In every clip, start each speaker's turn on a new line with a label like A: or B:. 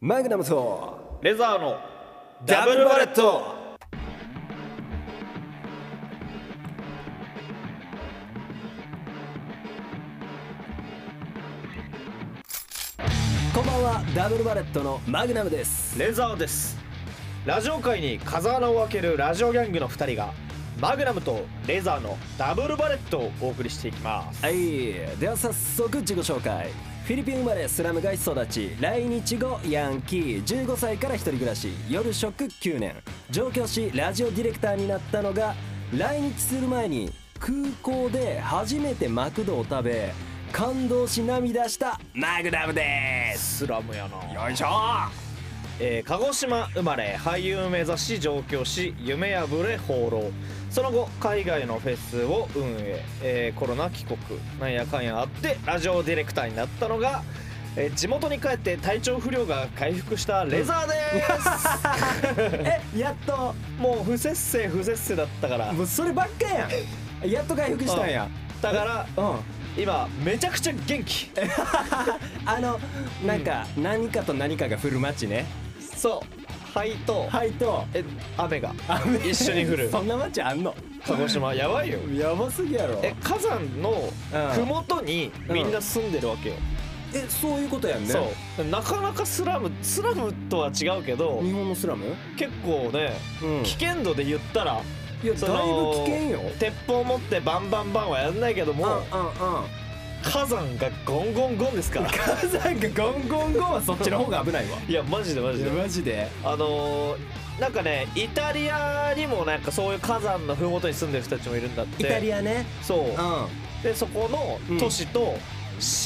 A: マグナムと
B: レザーの
A: ダブルバレットこんばんはダブルバレットのマグナムです
B: レザーですラジオ界に風穴を開けるラジオギャングの2人がマグナムとレザーのダブルバレットをお送りしていきます
A: はいでは早速自己紹介フィリピン生まれスラム街育ち来日後ヤンキー15歳から一人暮らし夜食9年上京しラジオディレクターになったのが来日する前に空港で初めてマクドを食べ感動し涙したマグナムです
B: スラムやな、
A: よいしょ
B: えー鹿児島生まれ俳優を目指し上京し夢破れ放浪その後海外のフェスを運営、えーコロナ帰国なんやかんやあってラジオディレクターになったのが、えー地元に帰って体調不良が回復したレザーです
A: えやっと
B: もう不節制不節制だったから
A: もうそればっかやんやっと回復したんや
B: だから
A: うん
B: 今めちゃくちゃ元気
A: あのなんか何かと何かが降る街ね
B: そう灰と、
A: はいと
B: え雨が一緒に降る
A: そんな街あんの
B: 鹿児島やばいよ
A: やばすぎやろ
B: え火山の麓にみんな住んでるわけよ、
A: えそういうことやんね
B: そうなかなかスラムスラムとは違うけど
A: 日本のスラム
B: 結構ね、
A: うん
B: 危険度で言ったら
A: いや
B: そ
A: だいぶ
B: の
A: 危険よ
B: 鉄砲持ってバンバンバンはやんないけども
A: うん うん
B: 火山がゴンゴンゴンで すから
A: 火山がゴンゴンゴンはそっちの方が危ないわ
B: いやマジでマジで
A: マジで
B: あのー、なんかねイタリアにもなんかそういう火山の麓に住んでる人たちもいるんだって
A: イタリアね
B: そ
A: う
B: うでそこ
A: うん
B: の都市と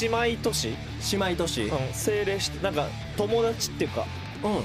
B: 姉妹都市、
A: ん姉妹都市うん
B: うん政令してなんか友達っていうか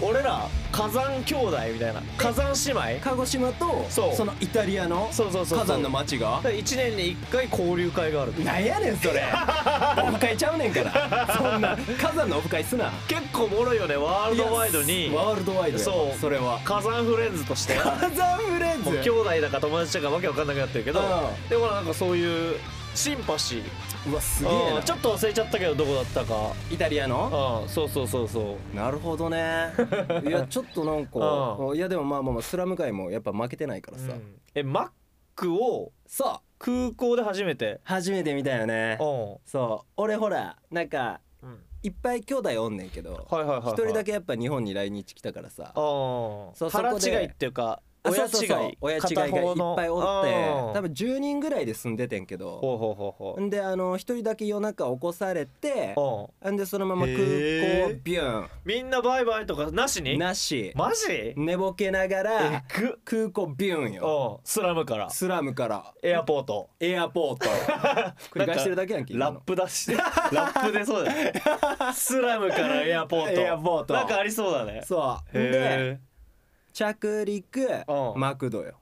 B: 俺ら火山兄弟みたいな火山姉妹
A: 鹿児島と
B: そう
A: そのイタリアの
B: そうそうそうそう
A: 火山の町が
B: だ1年に1回交流会がある
A: なんやねんそ れオフ会ちゃうねんからそんな火山のオフ会すな
B: 結構おもろいよねワールドワイドに
A: いやワールドワイドやわ
B: そう
A: それは
B: 火山フレンズとし て
A: 火山フレン
B: もう兄弟だか友達だかわけわかんなくなってるけど
A: うん
B: でもなんかそういうシンパシー
A: うわすげえ
B: う
A: なん
B: ちょっと忘れちゃったけどどこだったか
A: イタリアの
B: うんそうそうそうそう
A: なるほど ねいやちょっとなんか
B: う
A: いやでもまあまあまあスラム界もやっぱ負けてないからさ、
B: えマックを
A: そう
B: 空港で初めて
A: 初めて見たよね
B: ん
A: そう俺ほらなんか
B: うん
A: いっぱい兄弟おんねんけど
B: はいはいはいはい
A: 一人だけやっぱ日本に来日来たからさ
B: あ
A: そう
B: あ
A: そ
B: 腹
A: こで
B: 違いっていう
A: あ
B: か親
A: そう
B: 違
A: そうそう
B: い
A: 親違いがいっ
B: 片方の
A: ぱいおっ
B: う
A: て
B: ん
A: 多分10人ぐらいで住んでてんけど
B: ほうほうほうほうん
A: であの一人だけ夜中起こされて
B: うん
A: んでそのまま空
B: へ
A: 港
B: ー
A: ビュ
B: みんなバイバイとかな
A: ー
B: し
A: ン
B: に
A: なし
B: マジ
A: 寝ぼけなが
B: え
A: ら
B: ぐ
A: 空港ビューンよ
B: うんスラムから
A: スラムから
B: エアポート
A: エアポー ト繰り返してるだけやんけ
B: ラップ出 してラップでそうだねスラムからエアポート
A: エアポート
B: なんかありそうだね
A: 今のそうで
B: へ
A: 着陸
B: うん
A: マクドよ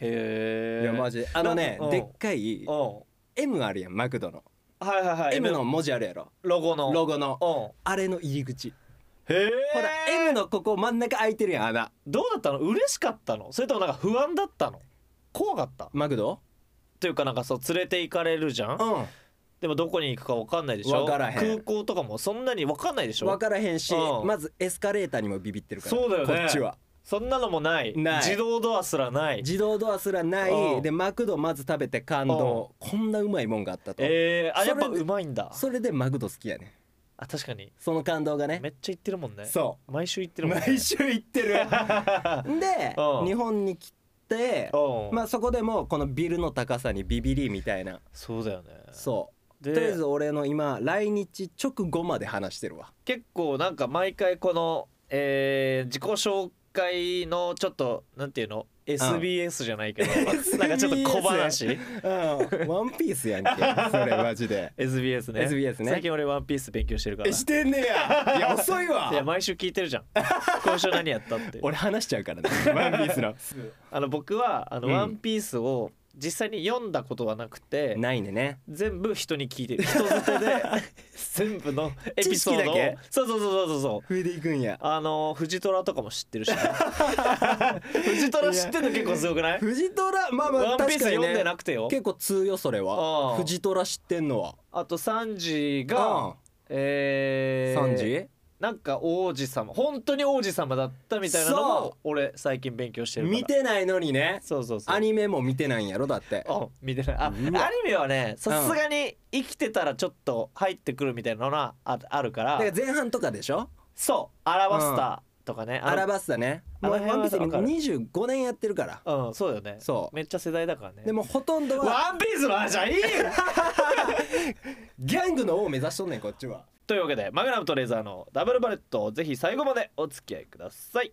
B: え
A: い
B: へえ
A: やマジであのね
B: うん
A: でっかい
B: うんは
A: M あるやんマクドの
B: いはいはい
A: M の文字あるやろ
B: ロゴの
A: ロゴの
B: ゴ
A: あれの入り口
B: うんへえ
A: ほら M のここ真ん中空いてるやん穴
B: どうだったの嬉しかったのそれともなんか不安だったの怖かった
A: マクド
B: というかなんかそう連れて行かれるじゃん
A: う
B: でもどこに行くか分かんないでしょ
A: 分からへん
B: 空港とかもそんなに分かんないでし
A: ん
B: ょ
A: 分からへんし
B: うん
A: まずエスカレーターにもビビってるから
B: そうだよね
A: こっちは
B: そんなのもない
A: ない
B: 自動ドアすらない
A: 自動ドアすらな
B: う
A: い
B: ん
A: でマクドまず食べて感動こんなうまいもんがあったと
B: えー、あ
A: それ
B: やっぱうまいんだ
A: それでマクド好きやねん
B: あ確かに
A: その感動がね
B: めっちゃ行ってるもんね
A: そ
B: 毎週行って
A: う
B: るもんね
A: 毎週行ってるで
B: うん
A: 日本に来て
B: うん
A: まあそこでもうこのビルの高さにビビりみたいな
B: そうだよね
A: そう
B: で
A: とりあえず俺の今来日直後まで話してるわ
B: 結構なんか毎回この、えー、自己紹介のちょっとなんていうの SBS じゃない けど、なんかちょっと小話
A: うんワンピースやんけそれマジで
B: SBS ね
A: SBS ね
B: 最近俺ワンピース勉強 してるから
A: えしてんねやいや遅い
B: いや
A: わ
B: 毎週聞いてるじゃん今週何やったって
A: 俺話しちゃうからねワンピー スの
B: あの僕は「あの
A: うん
B: ワンピースを実際に読んだことはなくて、
A: ないねね
B: 全部人に聞いてる人づて で全部のエピソード
A: 知識だ
B: を
A: け
B: そうそうそうそうそう
A: 増えていくんや
B: あのフジトラとかも知っ てるし、ね、フジトラ知ってんの結構すご くない
A: フジトラまあま
B: ワ
A: あ
B: ンピー
A: 確
B: ス
A: かに
B: 読んで
A: ね
B: なくてよ
A: 結構通よそれは
B: うん
A: フジトラ知ってんのは
B: あとサンジ
A: うん
B: が、えー、
A: 3時
B: なんか王子様本当に王子様だったみたいなの
A: そう
B: も俺最近勉強してるから
A: 見てないのにね
B: そうそうそう
A: アニメも見てないんやろだって
B: あ見てないあアニ
A: うわ
B: メはねさすがに生きてたらちょっと入ってくるみたいなのはああるから
A: だから前半とかでしょ
B: そうアラバスターとかね、
A: アラ
B: バ
A: バスタね
B: あ
A: もう
B: の
A: ワ
B: 辺は
A: ンピース
B: わかる
A: 25年やってるから
B: うんそうだよね
A: そう
B: めっちゃ世代だからね
A: でもほとんどは
B: ワンピースの話はいいよ
A: ギャングの王を目指しとんねんこっちは
B: というわけでマグナムとレーザーのダブルバレットぜひ最後までお付き合いください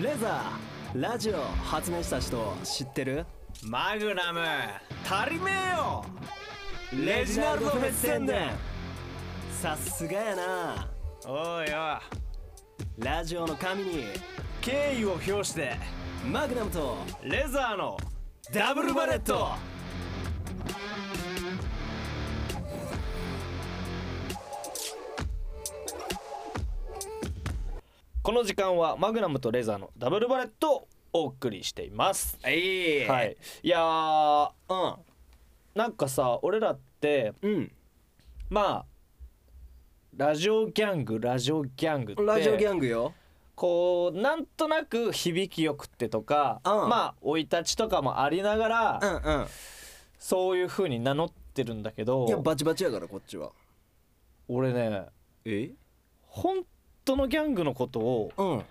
A: レザーラジオ発明した人知ってる
B: マグナム足りねえよ
A: レジナルドフェス宣伝さすがやな
B: おいよ
A: ラジオの神に
B: 敬意を表して
A: マグナムと
B: レザーの
A: ダ
B: ダ
A: ブ
B: ブ
A: ル
B: ル
A: バ
B: バ
A: レ
B: レ
A: ッ
B: ッ
A: ト
B: トこの時間はマグナムとレザーのダブルバレットをお送りしています
A: はい
B: は、いいやー
A: う
B: なんかさ俺らって
A: んうん
B: まあラジオギャングラジオギャングって
A: ラジオギャングよ
B: こうなんとなく響きよくってとか、
A: うん
B: まあ生い立ちとかもありながら、
A: うんうん
B: そういう風に名乗ってるんだけど
A: いやバチバチやからこっちは
B: 俺ね
A: え
B: 本当のギャングのことを
A: うん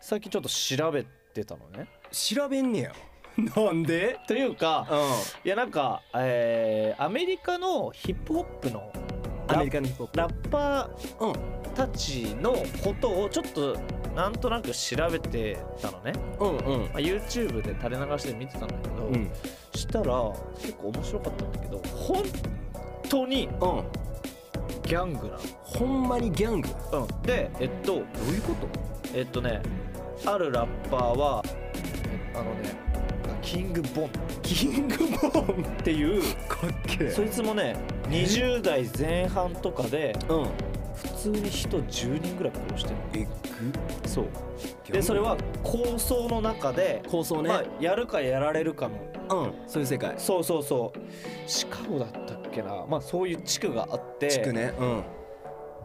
B: 最近ちょっと調べてたのね。
A: 調べんねや なんで
B: というか、
A: う
B: いやなんか、えーアメリカのヒップホップの
A: んア
B: ラ
A: メリカのヒップホップ
B: ラッパ
A: うん
B: ーたちのことをちょっとなんとなく調べてたのね、
A: うんうん
B: まあ、YouTube で垂れ流しで見てたんだけど、
A: うん
B: したら結構面白かったんだけど本当に
A: うん
B: ギャングな
A: ほんまにギャング
B: の、でえっ
A: ど
B: と
A: ういうこと
B: えっとねあるラッパーはあのねキングボン
A: キングボーンか
B: っていう
A: っけえ
B: そいつもね20代前半とかで
A: うん
B: 普通に人10人ぐらい殺してる
A: え
B: そう
A: ぐ
B: でそれは構想の中で、
A: 構想ね、
B: まあ、やるかやられるかの
A: うんそういう世界
B: そうそうそうシカゴだったっけなまあそういう地区があって
A: 地区ねうん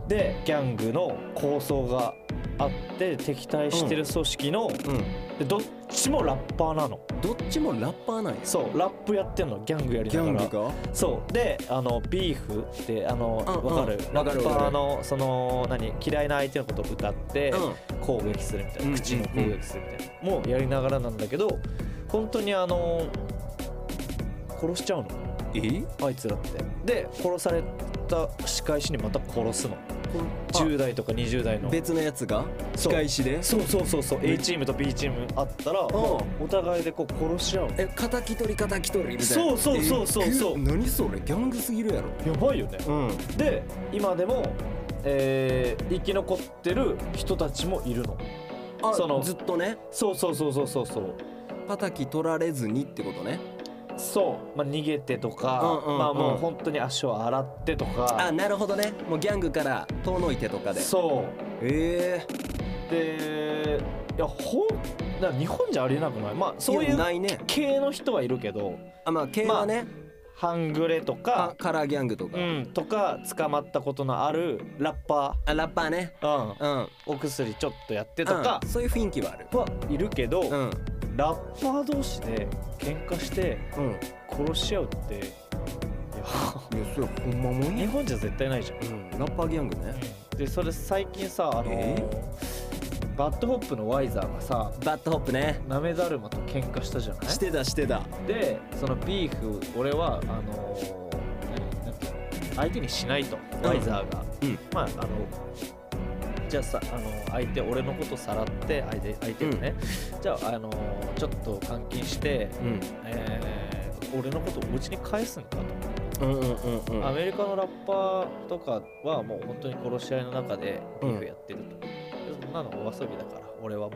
B: でギャングの構想があって敵対してる組織の、
A: うん
B: でどっちもラッパーなの
A: どっちもラッパーなんや
B: そうラップやってんのギャングやり
A: ギ
B: な
A: ャ
B: が
A: ング
B: ら
A: か
B: そうであのビーフってあの
A: うん
B: わかる
A: うん
B: ラ
A: わかる
B: ッパーのその何嫌いな相手のことを歌って
A: う
B: 攻撃するみたい
A: うん
B: な口の攻撃するみたいなもうやりながらなんだけど本当にあの殺しちゃうの
A: んえ
B: あいつらってで殺された仕返しにまた殺すの10代とか20代の
A: 別のやつが仕
B: そう
A: 返しで
B: そうそうそうそう A チームと B チームあったらもうお互いでこう殺し合うの
A: え敵取り敵取りみたいな
B: そうそうそうそうそう
A: えぐ何それギャングすぎるやろ
B: やばいよね
A: うん
B: で今でも、えー生き残ってる人たちもいるの
A: あ
B: その
A: ずっとね
B: そうそうそうそうそうそう
A: 敵取られずにってことね
B: そう、まあ、逃げてとか、
A: うんうんうん
B: まあもう本当に足を洗ってと
A: あ
B: か
A: なるほどねもうギャングから遠のいてとかで
B: そ
A: ええ
B: うでいやほんだから日本じゃありえなくないまあそうい
A: や
B: う
A: ないね
B: 系の人はいるけど
A: あまあ系はね、
B: 半グレと
A: あ
B: か、
A: カラーギャングとか、
B: うん、とか捕まったことのあるラッパ
A: あラッパーね
B: ー、うん、
A: うん
B: お薬ちょっとやってとか
A: うん、そういう雰囲気はある
B: はいるけど、
A: うん
B: ラッパー同士で喧嘩して
A: うん
B: 殺し合うっていや
A: いやそれほんまもん
B: 日
A: や
B: 本じゃ絶対ないじゃん
A: うんラッパーギャングね
B: でそれ最近さあの、
A: え
B: バッドホップのワイザーがさ
A: バッドホップね
B: ナメダルマと喧嘩したじゃない
A: してたしてた
B: でそのビーフ俺はあの何なんていうの相手にしないと
A: ん
B: ワイザーが、
A: うん
B: まああのじゃあさあの相手俺のことさらって相手相手がね、じゃああのちょっと監禁して、
A: うん
B: えー俺のことをお家に返すんかと、
A: うんうんうんうん
B: アメリカのラッパーとかはもう本当に殺し合いの中でビーフやってると、でそんなのお遊びだから俺はもう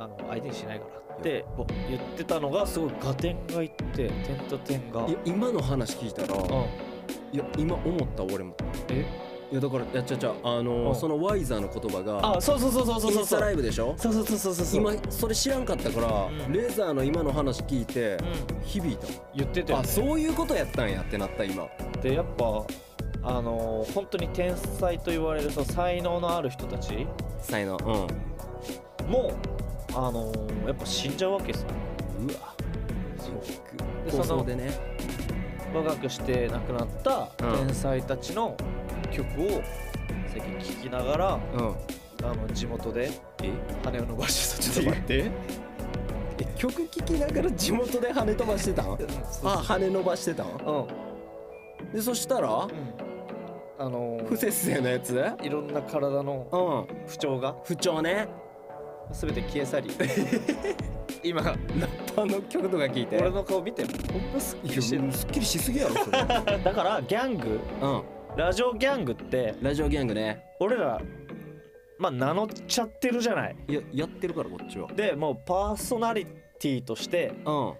B: あの相手にしないからって僕言ってたのがすごい合点がいって点と点が、う
A: い
B: ん
A: や、今の話聞いたら、いや今思った俺も
B: え
A: いやだからいやちゃちゃあ
B: う
A: の
B: ん
A: ーそのワイザーの言葉が
B: あそうそうそうそうそう
A: イ
B: そう
A: ンス
B: そ
A: タラ
B: う
A: イブでしょ
B: そうそうそうそうそうそう
A: 今それ知らんかったから
B: うん
A: レーザーの今の話聞いて
B: うん
A: 響いた
B: 言ってた
A: わ
B: よ、
A: あ
B: ね、
A: そういうことやったんやってなった今
B: でやっぱあのー、本当に天才と言われるその才能のある人たち
A: 才能
B: もあのー、やっぱ死んじゃうわけですよ
A: うんうわ
B: で
A: 放
B: その
A: 送でね
B: 若くして亡くなった
A: うん
B: 天才たちの曲を最近聴きながら
A: うん
B: あの地元で
A: え
B: 羽を伸ばして
A: ち
B: た
A: ょっと待ってえ曲聴きながら地元で羽飛ばしてたんあ
B: あ
A: 羽伸ばしてたん
B: うんうん
A: でそしたら
B: あのー
A: 不摂生のやつう
B: いろんな体の
A: ん
B: 不調が
A: 不調ね
B: 全て消え去り今
A: ラッパーの曲とか聴いて
B: 俺の顔見てほんますっき
A: い
B: り
A: や
B: してる
A: すっきりしすぎやろそれ
B: だからギャング
A: うん
B: ラジオギャングって
A: ラジオギャングね
B: 俺らまあ名乗っちゃってるじゃない
A: ややってるからこっちは
B: でもうパーソナリティとして
A: う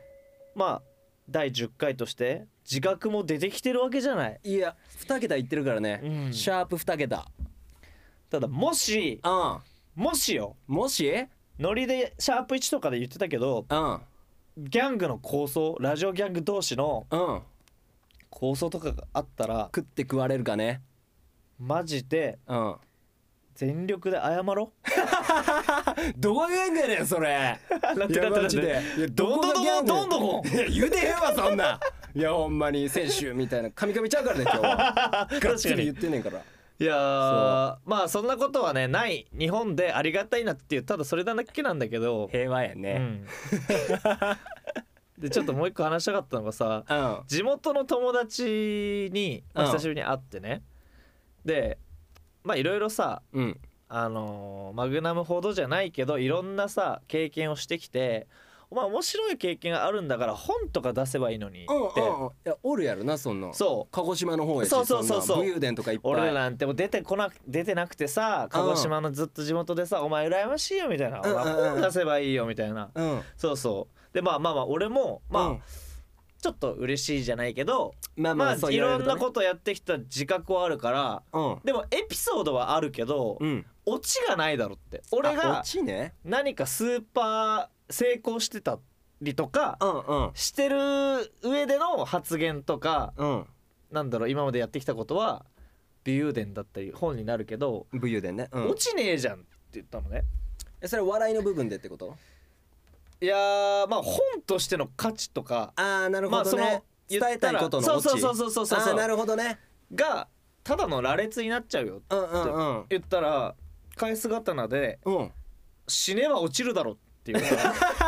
B: まあ第10回として自覚も出てきてるわけじゃない、
A: んいや2桁いってるからね、シャープ2桁
B: ただもし
A: うん
B: もしよ
A: もし
B: ノリでシャープ1とかで言ってたけど
A: うん
B: ギャングの構想ラジオギャング同士の
A: うん
B: 構想とかがあったら
A: 食って食われるかね
B: マジで
A: うん
B: 全力で謝ろう
A: どこがギャングやねんそれ
B: なん
A: い
B: てな
A: や
B: んてな
A: マ
B: ん
A: ジ
B: て
A: でいや
B: どんどんどんどんどんどんどん
A: いや 言うてへんわそんないやほんまに選手みたいなカミカミちゃうからね今日は
B: 確
A: が
B: か
A: っつり言
B: に
A: ってんねんから
B: いやーまあそんなことはねない日本でありがたいなっていうただそれだけなんだけど、
A: 平和や
B: う
A: ね
B: んでちょっともう一個話したかったのがさ
A: うん
B: 地元の友達に、まあ
A: うん
B: 久しぶりに会ってね、でまあいろいろさ
A: うん
B: あのーマグナムほどじゃないけどいろんなさ経験をしてきてお前面白い経験があるんだから本とか出せばいいのにって、
A: うんうんうんいやおるやろなそんなん
B: そう
A: 鹿児島の方やし
B: そうそうそうそうん
A: なん武勇伝とかいっぱい
B: 俺らなんてもう出てこなく出てなくてさ鹿児島のずっと地元でさ「お前羨ましいよ」みたいな「お
A: うんうん
B: 前
A: うん
B: 本出せばいいよ」みたいな
A: うん
B: そうそうでまあまあまあ俺も
A: う
B: ま
A: ん
B: あちょっと嬉しいじゃないけど
A: まあま
B: ま
A: あそ
B: あ
A: う
B: い
A: 言われ
B: ろ
A: る
B: ん
A: と
B: な
A: ね
B: ことやってきた自覚はあるからでもエピソードはあるけど
A: うんうん
B: オチがないだろって俺
A: あ
B: が
A: オチね
B: 何かスーパー成功してたりとか
A: うんうん
B: してる上での発言とか
A: うん
B: なんだろう今までやってきたことは武勇伝だったり本になるけど、
A: 武勇伝ね、うん
B: 落ちねえじゃんって言ったのね
A: えそれ笑いの部分でってこと
B: いやーまあ本としての価値とか
A: ああなるほどね、
B: まあその
A: 伝えたいことの
B: 言
A: オ
B: っ
A: チ
B: たらそうそうそうそうそうそう
A: あーなるほどね
B: がただの羅列になっちゃうよって
A: うんうん
B: 言ったら返す刀で
A: うんうん
B: 死ねば落ちるだろっていうから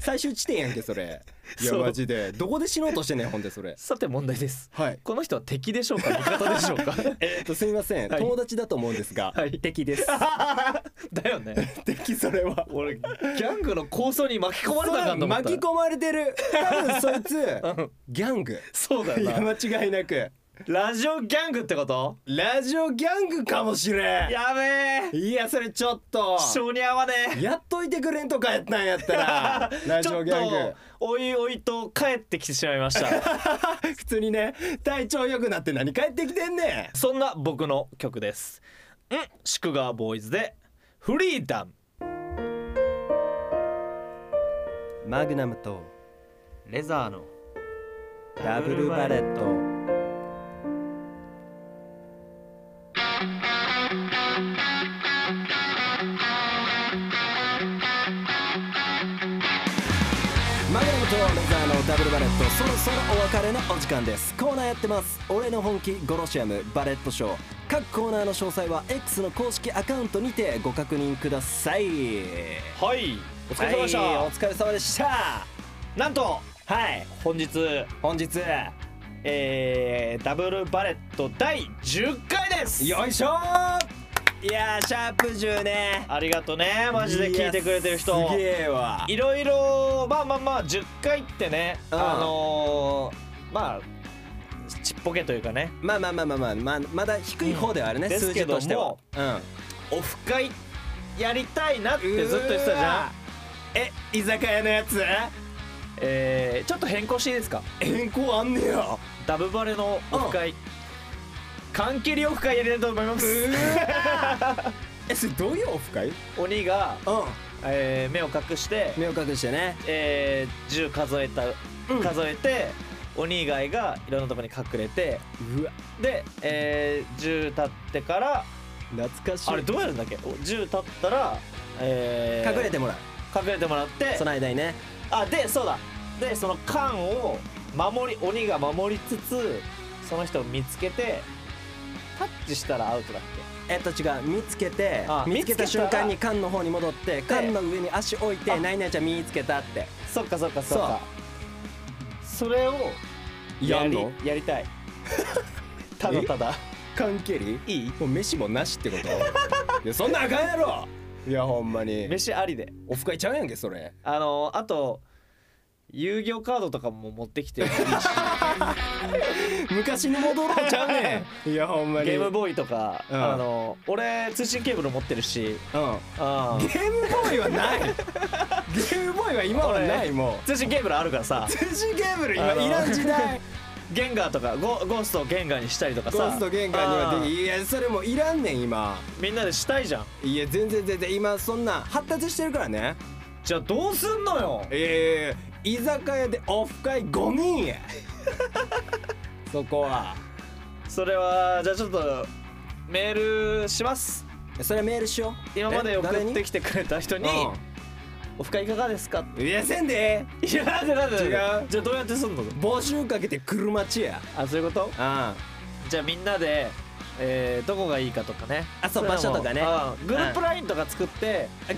A: 最終地点やんけそれいや
B: そう
A: マジでどこで死のうとしてんねんほんでそれ
B: さて問題です
A: はい
B: この人は敵でし ょうか味方でしょうか
A: えっとすみません、
B: はい
A: 友達だと思うんですが、
B: はい
A: 敵です
B: だよね
A: 敵それは
B: 俺ギャングの構想に巻き込まれたかと思った
A: 巻き込まれてる多分そいつ
B: うん
A: ギャング
B: そうだ
A: い
B: よ
A: や
B: な
A: 間違いなく
B: ラジオギャングってこと
A: ラジオギャングかもしれん
B: やべえ
A: いやそれちょっと
B: 性に合わねえ
A: やっといてくれんとかやったんやったらラジオギャン
B: ちょっ
A: グ
B: とおいおいと帰ってきてしまいました
A: 普通にね体調良くなって何帰ってきてんね
B: そんな僕の曲ですん宿川ボーイズでフリーダム
A: んマグナムと
B: レザーの
A: ダブルバレットマグナムとレザーのダブルバレットそろそろお別れのお時間ですコーナーやってます俺の本気ゴロシアムバレットショー各コーナーの詳細は X の公式アカウントにてご確認ください
B: はいお疲れ様でした、
A: はいお疲れ様でした
B: なんと
A: はい
B: 本日
A: 本日
B: えー、ダブルバレット第10回です
A: よいしょーいやーシャープ10ね
B: ありがとうねマジで聞いてくれてる人
A: いやすげえわ
B: いろいろまあまあまあ10回ってね
A: うん
B: あのー、まあちっぽけというかね
A: まあまあまあまあまあまあまだ低い方ではあるね、
B: うんです
A: 数
B: け
A: 字
B: ども
A: としてはうん
B: オフ会やりたいなってずっと言ってたじゃん
A: え居酒屋のやつ
B: えー、ちょっと変更していいですか
A: 変更あんねや
B: ダブバレのオフ会、関係オフ会やりたいと思います
A: えそれどういうオフ会
B: 鬼が、えー目を隠して
C: 目を隠してね
B: えー、10数えた数えて、鬼以外がいろんなところに隠れて
C: うわ
B: で、えー、10経ってから
C: 懐かしい
B: あれどうやるんだっけお10経ったら、えー、
C: 隠れてもらう
B: 隠れてもらって
C: その間にね
B: あでそうだでその缶を守り鬼が守りつつその人を見つけてタッチしたらアウトだっ
C: えっと違う見つけて
B: あ
C: 見つけた
B: 見つけた
C: 瞬
B: ら
C: 間に缶の方に戻って缶の上に足置いて
B: あ
C: 「何々ちゃん見つけた」って
B: けそっかそっかそっかそれを
A: やん
B: り
A: の
B: やりたい ただただ
A: 関係り
B: いい
A: もう飯もなしってこといやそんなんあかんやろいやほんまに
B: 飯ありで
A: オフ会ちゃうやんけそれ
B: あのあと遊戯王カードとかも持ってきて
C: 昔に戻ろうちゃうね
A: いやほんまに
B: ゲームボーイとか、
A: うん
B: あの俺通信ケーブル持ってるし、
A: うん
B: うん
A: ゲームボーイはないゲームボーイは今はないも
B: 通信ケーブルあるからさ
A: う通信ゲームル今
B: あの
A: いらん時 代
B: ゲンガーとかゴゴーストをゲンガーにしたりとかさ
A: ゴースト玄関にはで
B: う
A: きいやそれもういらんねん今
B: んみんなでしたいじゃん
A: いや全然全然今そんなん発達してるからね
B: じゃあどうすんのよ
A: ええ居酒屋でオフ会5人やそこは
B: それはじゃあちょっとメールします
C: それメールしよ
B: 今まで
C: え
B: 送
C: 誰に
B: ってきてくれた人に「オフ会いかがですか?」
A: うんいやせんで
B: いやなんでなんで
A: 違う
B: じゃあどうやってすんの
A: 募集かけて車ちや
B: あそういうこと
A: うんあ
B: じゃあみんなで、えーどこがいいかとかね
C: あそう
B: いのも
C: 場所とかね
B: うんグループラインとか作って
A: グ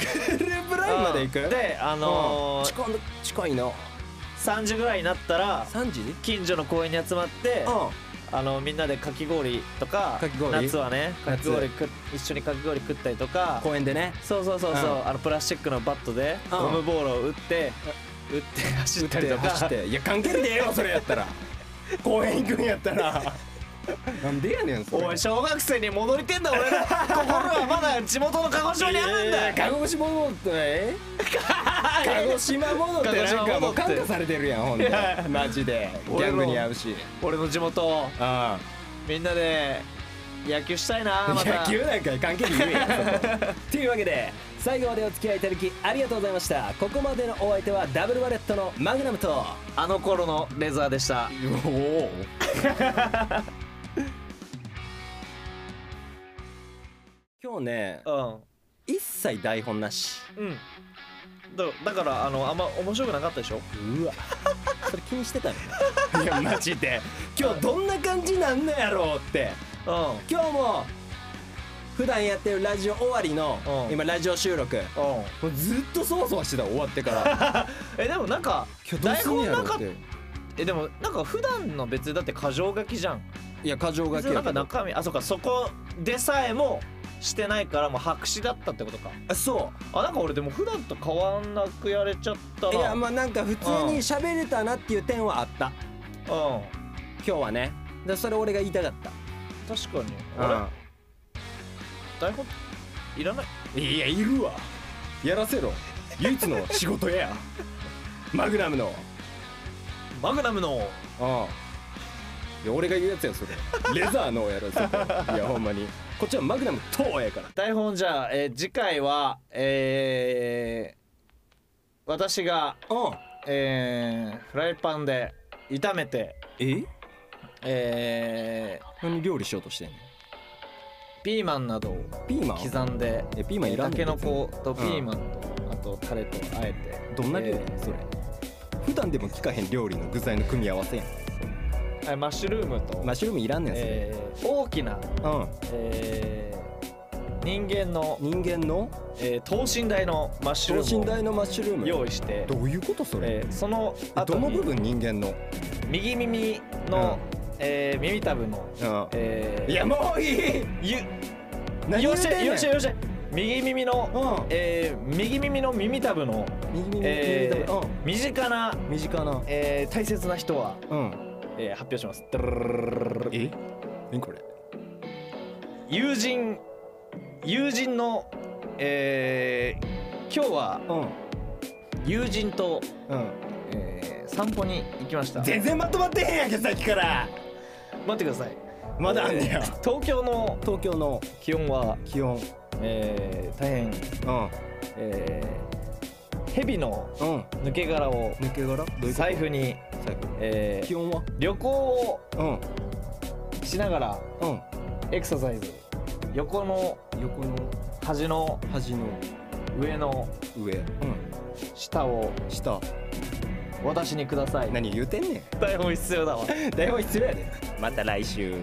A: ループラインまで行く
B: うんであのー
C: 近い近いの
B: 3時ぐらいになったら
C: 3時
B: 近所の公園に集まって
A: う
B: あのみんなでかき氷とか
A: かき氷
B: 夏はねか
A: 夏
B: き氷食っ一緒にかき氷食ったりとか
C: 公園でね
B: そうそうそうそう
A: う
B: あのプラスチックのバットで
A: うん
B: ゴムボールを打って打って走っ
A: ん
B: たりと
A: 走
B: か
A: っていや関係ねえよそれやったら公園行くんやったらなんでやねんそれ
B: おい小学生に戻りてんだ俺ら心はまだ地元の鹿児島にあるんだよ
A: 鹿児島戻ってえ 鹿児島戻ってなんかもう
B: 鹿児島戻って
A: 感化されてるやんほん
B: い
A: で
B: や
A: マジでギ
B: 俺
A: ャ
B: も
A: ングに合うし
B: 俺の地元を
A: あ
B: みんなで野球したいな
A: あ
B: ま た
A: 野球なんか関係ねえよそこと
C: いうわけで最後までお付き合いいただきありがとうございましたここまでのお相手はダブルバレットのマグナムと
B: あの頃のレザーでした
A: おお
C: 今日ね
B: うん
C: 一切台本なし
B: うんだだからあのあんま面白くなかったでしょ
C: うわそれ気にしてたの
A: いやマジで今日どんな感じなんのやろうって
B: うん
C: 今日も普段やってるラジオ終わりの
B: うん
C: 今ラジオ収録
B: うん
A: もうずっとそわそわしてた終わってから
B: えでもなんか
A: 今日どうすんのやろう
B: 台本なか
A: っ
B: ってえでもなんか普段の別にだって箇条書きじゃん
A: いや過剰書
B: 別
A: き
B: にな
A: や
B: んか
A: けど
B: 中身あそうかそこでさえもしてないからもう白紙だったってことか
C: あそ
B: あなんか俺でも普段と変わんなくやれちゃった
C: うい
B: な
C: やまあなんか普通に喋れたなっていう点はあった
B: うん
C: 今日はねでそれ俺が言いたかった
B: 確かに
A: う
B: あれ
A: ん
B: 台本いらない
A: いやいるわやらせろ唯一の仕事 やマグナムの
B: マグナムの
A: うんいや俺が言うやつやんそれレザーのやろそこ いやほんまにこっちはマグナムとやから
B: 台本じゃあ、えー次回はえー、私が
A: うん
B: えー、フライパンで炒めて
A: え
B: え
A: 何料理しようとしてんの
B: ー、ピーマンなどを
A: ピーマン
B: 刻んで
A: えピーマンいらん
B: タ
A: ね
B: ケ
A: ん
B: ノコとピ
A: 別に
B: ーマンあとタレとあえて
A: どんな料理
B: えー
A: それ普段でも聞かへん料理の具材の組み合わせやん
B: あマッシュルームと、
A: マッシュルームいらんねんそれ、
B: えー大きな、えー、人間の、
A: うん人間の
B: えー、等身大のマッシュル
A: 等身
B: ー
A: 大のマッシュルー
B: ムを
A: ム
B: 用意して、
A: どういうことそれ、
B: えー、その
A: え
B: 後
A: ど
B: に
A: の部分人間の、
B: 右耳の、えー、耳たぶの、
A: うん
B: えー、
A: いやもういい
B: ゆ
A: 何言
B: よ
A: う
B: して
A: ん
B: よして
A: ねん
B: よしてよして右耳の、
A: う
B: えー、右耳の耳たぶの、
A: ん右耳
B: え
A: 右
B: ー
A: 耳
B: 身近な、
A: うん身近な
B: えー、大切な人は、
A: うん
B: えー、発表します。ドゥルルルルルルルル
A: え何これ
B: 友人友人のえー、今日は
A: う
B: 友人と、
A: んうん
B: えー、散歩に行きました
A: 全然まとまってへんやんけさっきから
B: 待ってください
A: まだあんねや
B: 東京の
A: 東京の
B: 気温は、
A: 気温
B: えー、大変、
A: うん
B: えー、蛇の
A: うん
B: 抜け殻を
A: 抜け殻どういうこと
B: 財布に、
A: 財布
B: え
A: 気
B: ー、
A: 温は
B: 旅行を
A: うん
B: しながら
A: うん
B: エクササイズ横の
A: 横の
B: 端の
A: 端の
B: 上の
A: 上うん
B: 下を
A: 下
B: 私にください
A: 何言うてんね
B: 台本必要だわ
A: ん 台本必要やでまた来週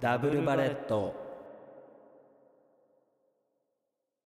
D: ダブルバレット